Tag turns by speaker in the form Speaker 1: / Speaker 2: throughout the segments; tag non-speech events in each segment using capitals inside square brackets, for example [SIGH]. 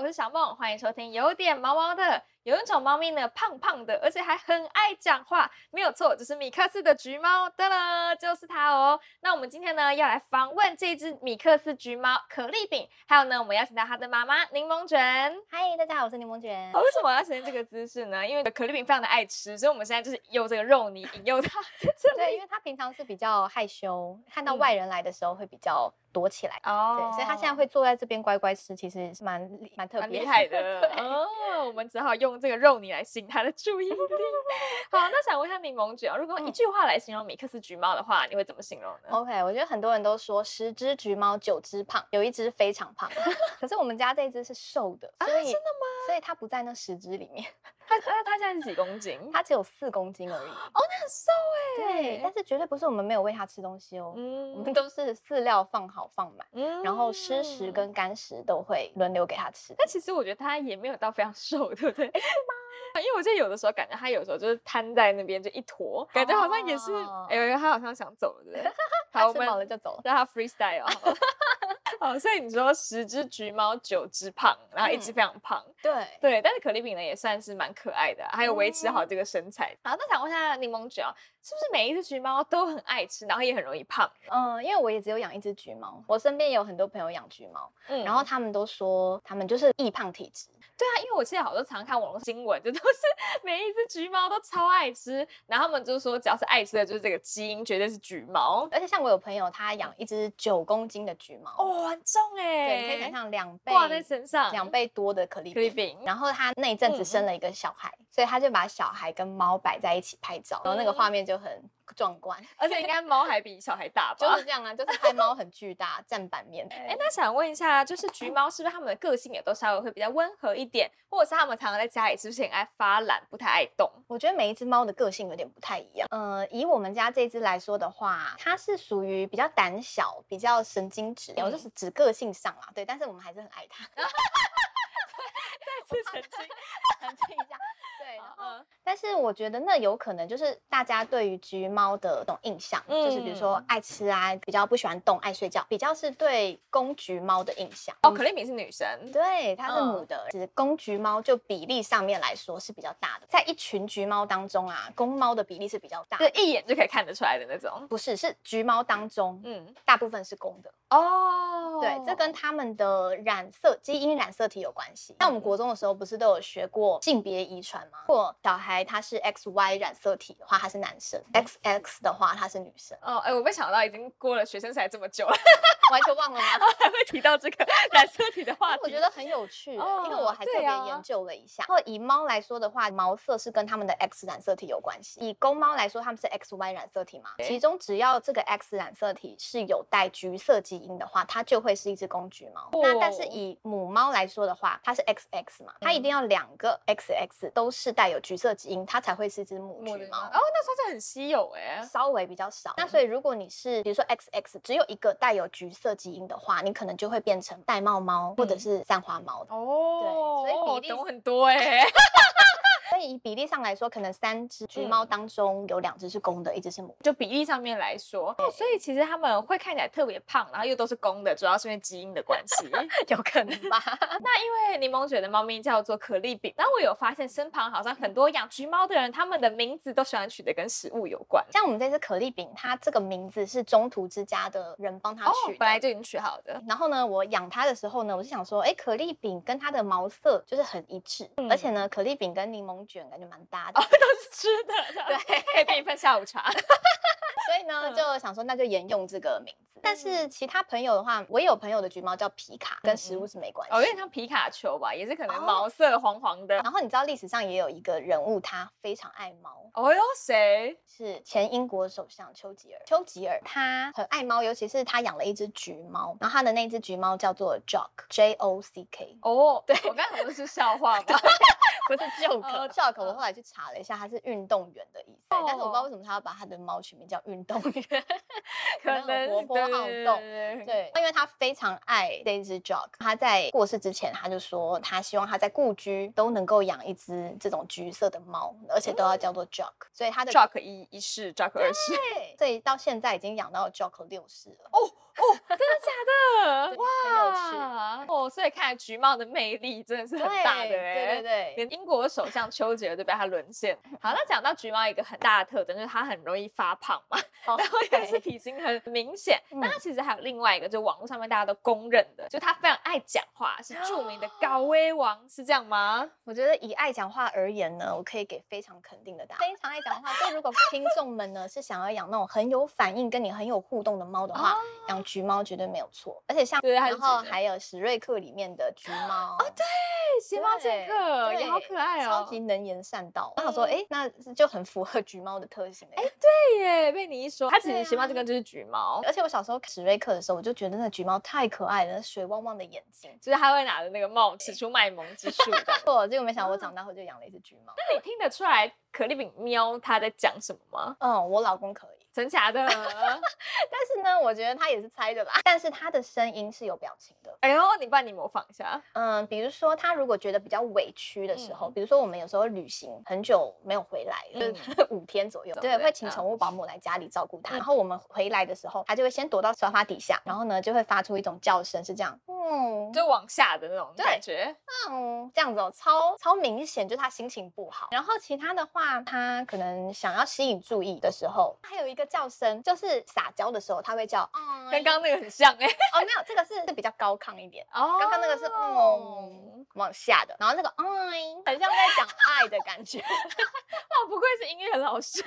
Speaker 1: 我是小梦，欢迎收听有点毛毛的。有一种猫咪呢，胖胖的，而且还很爱讲话，没有错，就是米克斯的橘猫，噔噔，就是它哦。那我们今天呢，要来访问这只米克斯橘猫可丽饼，还有呢，我们邀请到它的妈妈柠檬卷。哦
Speaker 2: 嗨，大家好，我是柠檬卷
Speaker 1: 好，。为什么我要选这个姿势呢？因为可丽饼非常的爱吃，所以我们现在就是用这个肉泥引诱它在这
Speaker 2: 对，
Speaker 1: 里。
Speaker 2: 因为他平常是比较害羞，看到
Speaker 1: 嗯
Speaker 2: 外人来的时候会比较躲起来。
Speaker 1: 哦
Speaker 2: 对，所以他现在会坐在这边乖乖吃，其实是蛮蛮特
Speaker 1: 蛮
Speaker 2: 别
Speaker 1: 厉害的 [LAUGHS]
Speaker 2: 对，
Speaker 1: 哦。我们只好用这个肉泥来吸引它的注意力。好，那想问一下柠檬卷哦，如果用一
Speaker 2: 嗯哦
Speaker 1: 句话来形容米克斯橘猫的话，你会怎么形容呢？
Speaker 2: OK，我觉得很多人都说十只橘猫九只胖，有一只非常
Speaker 1: [LAUGHS]
Speaker 2: 胖，可是我们家这一只是瘦的，
Speaker 1: 啊
Speaker 2: 所以、
Speaker 1: 真的
Speaker 2: 吗？所以它不在那十只里面，
Speaker 1: 它它它现在是几公斤？
Speaker 2: 它只有四公斤而已。
Speaker 1: 哦，那很瘦
Speaker 2: 对，但是绝对不是我们没有喂它吃东西哦，
Speaker 1: 嗯
Speaker 2: 我们都是饲料放好放满，
Speaker 1: 嗯
Speaker 2: 然后湿食。跟干食都会轮流给它吃。
Speaker 1: 但其实我觉得它也没有到非常瘦，对不对？是 [LAUGHS] 吗？因为我记得有的时候感觉它有时候就是瘫在那边就一坨，感觉好像也是，
Speaker 2: 哦
Speaker 1: 哎呦，它好像想走了，对不对？好，
Speaker 2: [LAUGHS] 它
Speaker 1: 我
Speaker 2: 吃
Speaker 1: 们
Speaker 2: 饱了就走了。
Speaker 1: 让它 freestyle 啊好了。 [LAUGHS] 好，所以你说十只橘猫，九只胖，然后一只
Speaker 2: 嗯
Speaker 1: 非常胖，
Speaker 2: 对，
Speaker 1: [LAUGHS] 对。但是可丽饼呢也算是蛮可爱的啊，还有维持好这个身材。好，那想问一下柠檬卷哦，是不是每一只橘猫都很爱吃，然后也很容易胖？
Speaker 2: 嗯，因为我也只有养一只橘猫，我身边也有很多朋友养橘猫，
Speaker 1: 嗯
Speaker 2: 然后他们都说他们就是易胖体质。
Speaker 1: 对啊，因为我记得好多常看网络新闻，就都是 [LAUGHS] 每一只橘猫都超爱吃，然后他们就说只要是爱吃的，就是这个基因绝对是橘猫。
Speaker 2: 而且像我有朋友，他养一只九公斤的橘猫，
Speaker 1: 哦，很重哎、
Speaker 2: 对，你可以想象两倍
Speaker 1: 挂在身上，
Speaker 2: 两倍多的可丽
Speaker 1: 嗯可丽
Speaker 2: 饼。
Speaker 1: 饼。
Speaker 2: 然后他那一阵
Speaker 1: 嗯
Speaker 2: 子生了一个小孩，所以他就把小孩跟猫摆在一起拍照，然后那
Speaker 1: 哦
Speaker 2: 个画面就很壮观， [LAUGHS]
Speaker 1: 而且应该猫还比小孩大吧？
Speaker 2: 就是这样啊，就是拍猫很巨大， [LAUGHS] 占版面。
Speaker 1: 哎、那想问一下，就是橘猫是不是它们的个性也都稍微会比较温和一点，或者是它们常常在家里是不是很爱发懒，不太爱动？
Speaker 2: 我觉得每一只猫的个性有点不太一样。呃，以我们家这只来说的话，它是属于比较胆小、比较神经质，
Speaker 1: 嗯
Speaker 2: 我就是指个性上啦。对，但是我们还是很爱它。 [LAUGHS]
Speaker 1: 是曾经，
Speaker 2: 澄清一下。对，然后
Speaker 1: 嗯，
Speaker 2: 但是我觉得那有可能就是大家对于橘猫的这种印象，就是比如说
Speaker 1: 嗯
Speaker 2: 爱吃啊，比较不喜欢动、爱睡觉，比较是对公橘猫的印象。
Speaker 1: 哦，可丽饼是女生，
Speaker 2: 对，它是
Speaker 1: 嗯
Speaker 2: 母的，只是公橘猫就比例上面来说是比较大的，在一群橘猫当中啊，公猫的比例是比较大
Speaker 1: 就
Speaker 2: 的。
Speaker 1: 一眼就可以看得出来的那种。
Speaker 2: 不是，是橘猫当中，
Speaker 1: 嗯，
Speaker 2: 大部分是公的。
Speaker 1: 哦，。
Speaker 2: 对，这跟它们的染色基因染色体有关系。那我们国中的时候不是都有学过性别遗传吗？如果小孩他是 X Y 染色体的话，他是男生；X X 的话，他是女生
Speaker 1: 哦，哎、我没想到已经过了学生时代这么久了， [LAUGHS]
Speaker 2: 完全忘了吗？
Speaker 1: 还会提到这
Speaker 2: [LAUGHS]
Speaker 1: 个染色体的话题。
Speaker 2: 但哎我觉得很有趣欸、因为
Speaker 1: 哦
Speaker 2: 我还特
Speaker 1: 对
Speaker 2: 别
Speaker 1: 啊
Speaker 2: 研究了一下。然后以猫来说的话，毛色是跟它们的 X 染色体有关系。以公猫来说，它们是 XY 染色体嘛，
Speaker 1: 诶
Speaker 2: 其中只要这个 X 染色体是有带橘色基因的话，它就会是一只公橘猫。那但是
Speaker 1: 哦嗯
Speaker 2: 以母猫来说的话，它是 XX 嘛，它一定要两个 XX 都是带有橘色基因，它才会是一只母
Speaker 1: 母
Speaker 2: 橘
Speaker 1: 的猫嗯
Speaker 2: 猫。
Speaker 1: 哦，那时候就很稀有哎、
Speaker 2: 稍微比较少。那所以如果你是比如说 XX 只有一个带有橘色基因的话，你可能就会变成玳瑁猫或者
Speaker 1: 嗯
Speaker 2: 是三花猫。
Speaker 1: 哦，
Speaker 2: 对所以比例
Speaker 1: 懂很多
Speaker 2: [LAUGHS]
Speaker 1: 哎、
Speaker 2: 所以以比例上来说，可能三只橘
Speaker 1: 嗯
Speaker 2: 猫当中有两只是公的，一只
Speaker 1: [LAUGHS]
Speaker 2: 是母。
Speaker 1: 就比例上面来说，哦所以其实他们会看起来特别胖，然后又都是公的，主要是因为基因的关系。 [LAUGHS]
Speaker 2: 有可能吧？ [LAUGHS]
Speaker 1: 那因为柠檬卷的猫咪叫做可丽饼，那我有发现身旁好像很多养橘猫的人，他们的名字都喜欢取的跟食物有关。
Speaker 2: 像我们这只可丽饼，它这个名字是中途之家的人帮它
Speaker 1: 哦
Speaker 2: 取，的。
Speaker 1: 本来就已经取好的，
Speaker 2: 然后呢，我养它的时候呢，我就想说，哎，可丽饼跟它的毛色就是很一致，
Speaker 1: 嗯
Speaker 2: 而且呢，可丽饼跟柠檬卷感觉蛮搭
Speaker 1: [LAUGHS]
Speaker 2: 的，
Speaker 1: 哦吃
Speaker 2: [LAUGHS]
Speaker 1: 的，对， [LAUGHS] 可以变一份下午茶。
Speaker 2: 所以呢，
Speaker 1: 嗯
Speaker 2: 就想说那就沿用这个名字。但是其他朋友的话，我也有朋友的橘猫叫皮卡，跟食物是没关系。
Speaker 1: 哦，有点像皮卡丘吧，也是可能
Speaker 2: 哦
Speaker 1: 毛色黄黄的。
Speaker 2: 然后你知道历史上也有一个人物，他非常爱猫，
Speaker 1: 哦哟，谁？
Speaker 2: 是前英国首相丘吉尔。丘吉尔他很爱猫，尤其是他养了一只橘猫，然后他的那只橘猫叫做 Jock，J O C
Speaker 1: [LAUGHS]
Speaker 2: K。
Speaker 1: 哦，对我刚才不是笑
Speaker 2: [LAUGHS]
Speaker 1: 话吗？
Speaker 2: 不是
Speaker 1: 哦
Speaker 2: Jock，Jock，
Speaker 1: 哦
Speaker 2: 呃我后来去查了一下，它是运动员的意思。对但是我不知道为什么他要把他的猫取名叫运动
Speaker 1: [LAUGHS]
Speaker 2: 员，很活泼好动。
Speaker 1: 动。
Speaker 2: 对，因为他非常爱这一只 Jock，他在过世之前他就说，他希望他在故居都能够养一只这种橘色的猫，而且都要叫做 Jock，所以他的
Speaker 1: Jock 一一世，Jock 二世。
Speaker 2: 对，所以到现在已经养到 Jock 六世了。
Speaker 1: 哦，真的假 [LAUGHS] 的？
Speaker 2: 很有趣
Speaker 1: 哇！哦，所以看来橘猫的魅力真的是很大的哎、
Speaker 2: 对对对对，
Speaker 1: 连英国首相丘吉尔都被他沦陷。好，那讲到橘猫一个很大的特征就是它很容易发胖嘛，[LAUGHS]
Speaker 2: 哦
Speaker 1: 然后也是
Speaker 2: 对
Speaker 1: 体型很明显。
Speaker 2: 嗯
Speaker 1: 那它其实还有另外一个，就网络上面大家都公认的，就它非常爱讲话，是著名
Speaker 2: [GASPS]
Speaker 1: 的高威王，是这样吗？
Speaker 2: 我觉得以爱讲话而言呢，我可以给非常肯定的答案。非常爱讲话，所以如果听众们呢是想要养那种很有反应、跟你很有互动的猫的话，
Speaker 1: 哦
Speaker 2: 养橘猫绝对没有错。而且像，
Speaker 1: 对它是
Speaker 2: 然后
Speaker 1: 橘的
Speaker 2: 还有史瑞克里面的橘猫，哦，对，
Speaker 1: 对，邪猫剑客
Speaker 2: 对
Speaker 1: 也好可爱哦，
Speaker 2: 超级能言善道。我想说，哎，那就很符合橘猫的特性哎。
Speaker 1: 对耶！被你一说，它其
Speaker 2: 对
Speaker 1: 实
Speaker 2: 啊
Speaker 1: 邪猫剑客就是橘猫。
Speaker 2: 而且我小时候看史瑞克的时候，我就觉得那橘猫太可爱了，水汪汪的眼睛。
Speaker 1: 就是它会拿着那个帽，使出卖萌之术这样。
Speaker 2: 我结果没想到，我长大后就养了一只橘猫。
Speaker 1: 那你听得出来可丽饼喵它在讲什么吗？
Speaker 2: 嗯，我老公可以。
Speaker 1: 真假 [LAUGHS] 的？
Speaker 2: 但是呢，我觉得他也是猜的啦。但是他的声音是有表情的。
Speaker 1: 哎呦，你帮你模仿一下。
Speaker 2: 嗯，比如说他如果觉得比较委屈的时候，
Speaker 1: 嗯
Speaker 2: 比如说我们有时候旅行很久没有回来，
Speaker 1: 嗯
Speaker 2: 就是五天左右，
Speaker 1: 懂
Speaker 2: 对，
Speaker 1: 了
Speaker 2: 会请
Speaker 1: 嗯
Speaker 2: 宠物保姆来家里照顾它。然后我们回来的时候，它就会先躲到沙发底下，然后呢就会发出一种叫声，是这样，嗯，
Speaker 1: 就往下的那种
Speaker 2: 对
Speaker 1: 感觉。
Speaker 2: 嗯，这样子哦，超超明显，就是他心情不好。然后其他的话，他可能想要吸引注意的时候，还有一个叫声，就是撒娇的时候，他会叫，嗯，
Speaker 1: 跟刚刚那个很像哎、 [LAUGHS]
Speaker 2: 哦，没有，这个是是比较高亢一点。
Speaker 1: 哦
Speaker 2: 刚刚那个是嗯往下的，然后那个嗯很像在讲爱的感觉，
Speaker 1: 哇，啊不愧是音乐老师，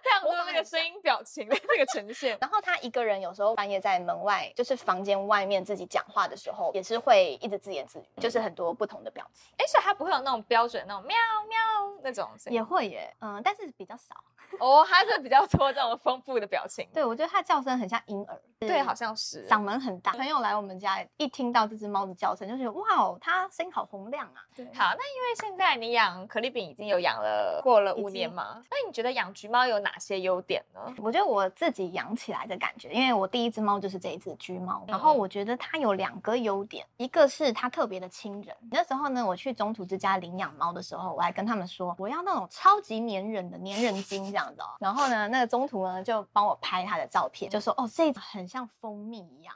Speaker 1: 非常多
Speaker 2: 模仿
Speaker 1: 那个
Speaker 2: 很像
Speaker 1: 声音表情的那个呈现。
Speaker 2: 然后他一个人有时候半夜在门外，就是房间外面自己讲话的时候，也是会一直自言自语，就是很多不同的表情。
Speaker 1: [LAUGHS] 哎、所以它不会有那种标准那种喵喵那种声音。
Speaker 2: 会耶，嗯，但是比较少。
Speaker 1: 哦，它是比较多这种丰富的表情。
Speaker 2: 对，我觉得它的叫声很像婴儿，
Speaker 1: 对，好像是。
Speaker 2: 嗓门很大。朋友来我们家，一听到这只猫的叫声，就觉得哇哦，它声音好洪亮啊。对
Speaker 1: 好，那因为现在你养可丽饼已经有养了过了五
Speaker 2: 已经
Speaker 1: 年嘛，那你觉得养橘猫有哪些优点呢？
Speaker 2: 我觉得我自己养起来的感觉，因为我第一只猫就是这一只橘猫，然后我觉得它有两个优点，一个是它特别的亲人。那时候呢，我去中途之家领养猫的时候，我还跟他们说我要那种超级粘人的粘人精这样的哦、然后呢，那个中途呢就帮我拍它的照片，就说哦这一只很像蜂蜜一样，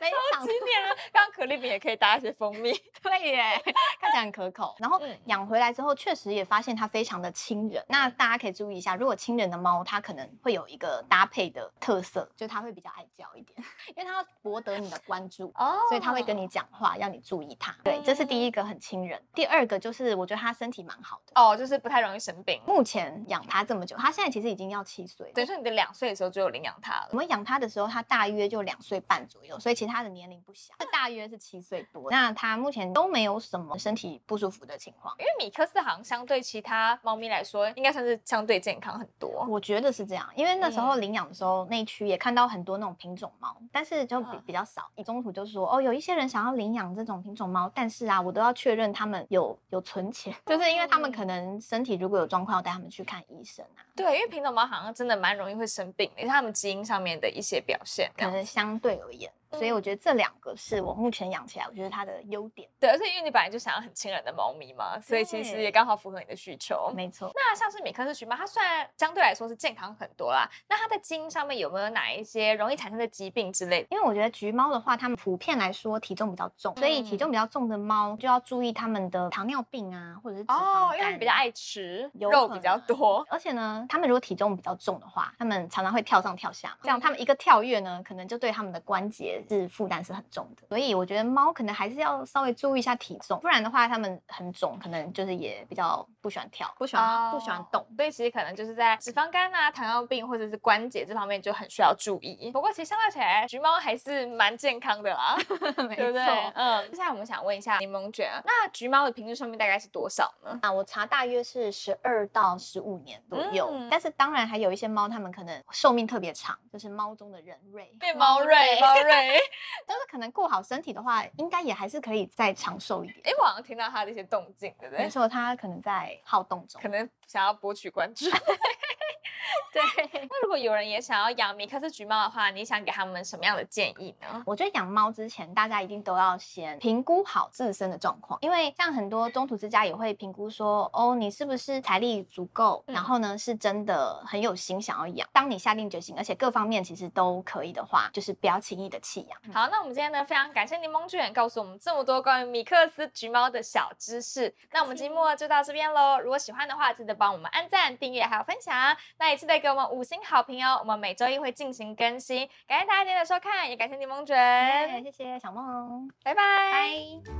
Speaker 2: 非常
Speaker 1: 好经典啊！刚刚可丽饼也可以搭一些蜂蜜，
Speaker 2: 对耶， [LAUGHS] 看起来很可口。然后
Speaker 1: 嗯
Speaker 2: 养回来之后，确实也发现它非常的亲人。那大家可以注意一下，如果亲人的猫，它可能会有一个搭配的特色，就它会比较爱叫一点， [LAUGHS] 因为它要博得你的关注。
Speaker 1: 哦
Speaker 2: 所以它会跟你讲话，要你注意它。对，这是第一个很亲人。第二个就是，我觉得它身体蛮好的。
Speaker 1: 哦，就是不太容易生病。
Speaker 2: 目前养它这么久，它现在其实已经要七岁了。
Speaker 1: 等于说你的两岁的时候就有领养它了
Speaker 2: 我。们养它的时候，它大约就两岁半左右，所以其实它的年龄不小，是大约是七岁多。那它目前都没有什么身体不舒服的情况，
Speaker 1: 因为米克斯好像相对其他猫咪来说，应该算是相对健康很多。
Speaker 2: 我觉得是这样，因为那时候
Speaker 1: 嗯
Speaker 2: 领养的时候，那一区也看到很多那种品种猫，但是就比
Speaker 1: 嗯
Speaker 2: 比较少。中途就说哦，有一些人想要领养这种品种猫，但是啊，我都要确认他们有有存钱， [LAUGHS] 就是因为他们
Speaker 1: 哦
Speaker 2: 可能身体如果有状况，要带他们去看医生啊，
Speaker 1: 对，因为品种猫好像真的蛮容易会生病的，也是它们基因上面的一些表现。这
Speaker 2: 可
Speaker 1: 样
Speaker 2: 能相对而言。所
Speaker 1: 嗯
Speaker 2: 以我觉得这两个是我目前养起来，我觉得它的优点。
Speaker 1: 对，而且因为你本来就想要很亲人的猫咪嘛，所以其实
Speaker 2: 对
Speaker 1: 也刚好符合你的需求。
Speaker 2: 没错，
Speaker 1: 那像是米克斯荨麻，它虽然相对来说是健康很多啦，那它在基因上面有没有哪一些容易产生的疾病之类的？
Speaker 2: 因为我觉得橘猫的话，它们普遍来说体重比较重，所以
Speaker 1: 嗯
Speaker 2: 体重比较重的猫就要注意它们的糖尿病啊，或者是脂肪
Speaker 1: 哦，因为它
Speaker 2: 肝
Speaker 1: 们比较爱吃，
Speaker 2: 有
Speaker 1: 肉
Speaker 2: 可
Speaker 1: 比较 [LAUGHS]
Speaker 2: 能
Speaker 1: 多。
Speaker 2: 而且呢，它们如果体重比较重的话，它们常常会跳上跳下嘛，
Speaker 1: 嗯
Speaker 2: 这样它们一个跳跃呢，可能就对它们的关节是负担是很重的。所以我觉得猫可能还是要稍微注意一下体重，不然的话它们很肿，可能就是也比较不喜欢跳，不喜欢、不喜欢
Speaker 1: [LAUGHS]
Speaker 2: 动
Speaker 1: 哦。所以其实可能就是在脂肪肝啊、糖尿病或者是关节这方面就很需要注意。不过其实相对起来，橘猫还是蛮健康的 [LAUGHS] 啦，
Speaker 2: 没
Speaker 1: 对不对
Speaker 2: 错？
Speaker 1: 嗯，接下来我们想问一下柠檬卷，啊那橘猫的平均寿命大概是多少呢？
Speaker 2: 啊，我查大约是十二到十五年左右，
Speaker 1: 嗯
Speaker 2: 但是当然还有一些猫，它们可能寿命特别长，就是猫中的人瑞，
Speaker 1: 被猫瑞，猫 [LAUGHS] 瑞，
Speaker 2: 就是可能顾好身体的话，应该也还是可以再长寿一点。
Speaker 1: 哎，我好像听到它的一些动静，对不
Speaker 2: 没
Speaker 1: 对？
Speaker 2: 错，它可能在好动中
Speaker 1: [LAUGHS] 可。能想要博取关注。 [LAUGHS] 对，那如果有人也想要养米克斯橘猫的话，你想给他们什么样的建议呢？
Speaker 2: 我觉得养猫之前，大家一定都要先评估好自身的状况，因为像很多中途之家也会评估说，哦，你是不是财力足够，
Speaker 1: 嗯
Speaker 2: 然后呢是真的很有心想要养。当你下定决心，而且各方面其实都可以的话，就是不要轻易的弃养。
Speaker 1: 好，那我们今天呢，非常感谢柠檬卷告诉我们这么多关于米克斯橘猫的小知识。那我们节目就到这边喽。如果喜欢的话，记得帮我们按赞、订阅还有分享。啊那也记得给我们五星好评哦。我们每周一会进行更新，感谢大家今天的收看，也感谢柠檬卷，
Speaker 2: 谢谢小梦，
Speaker 1: 拜拜。
Speaker 2: 拜。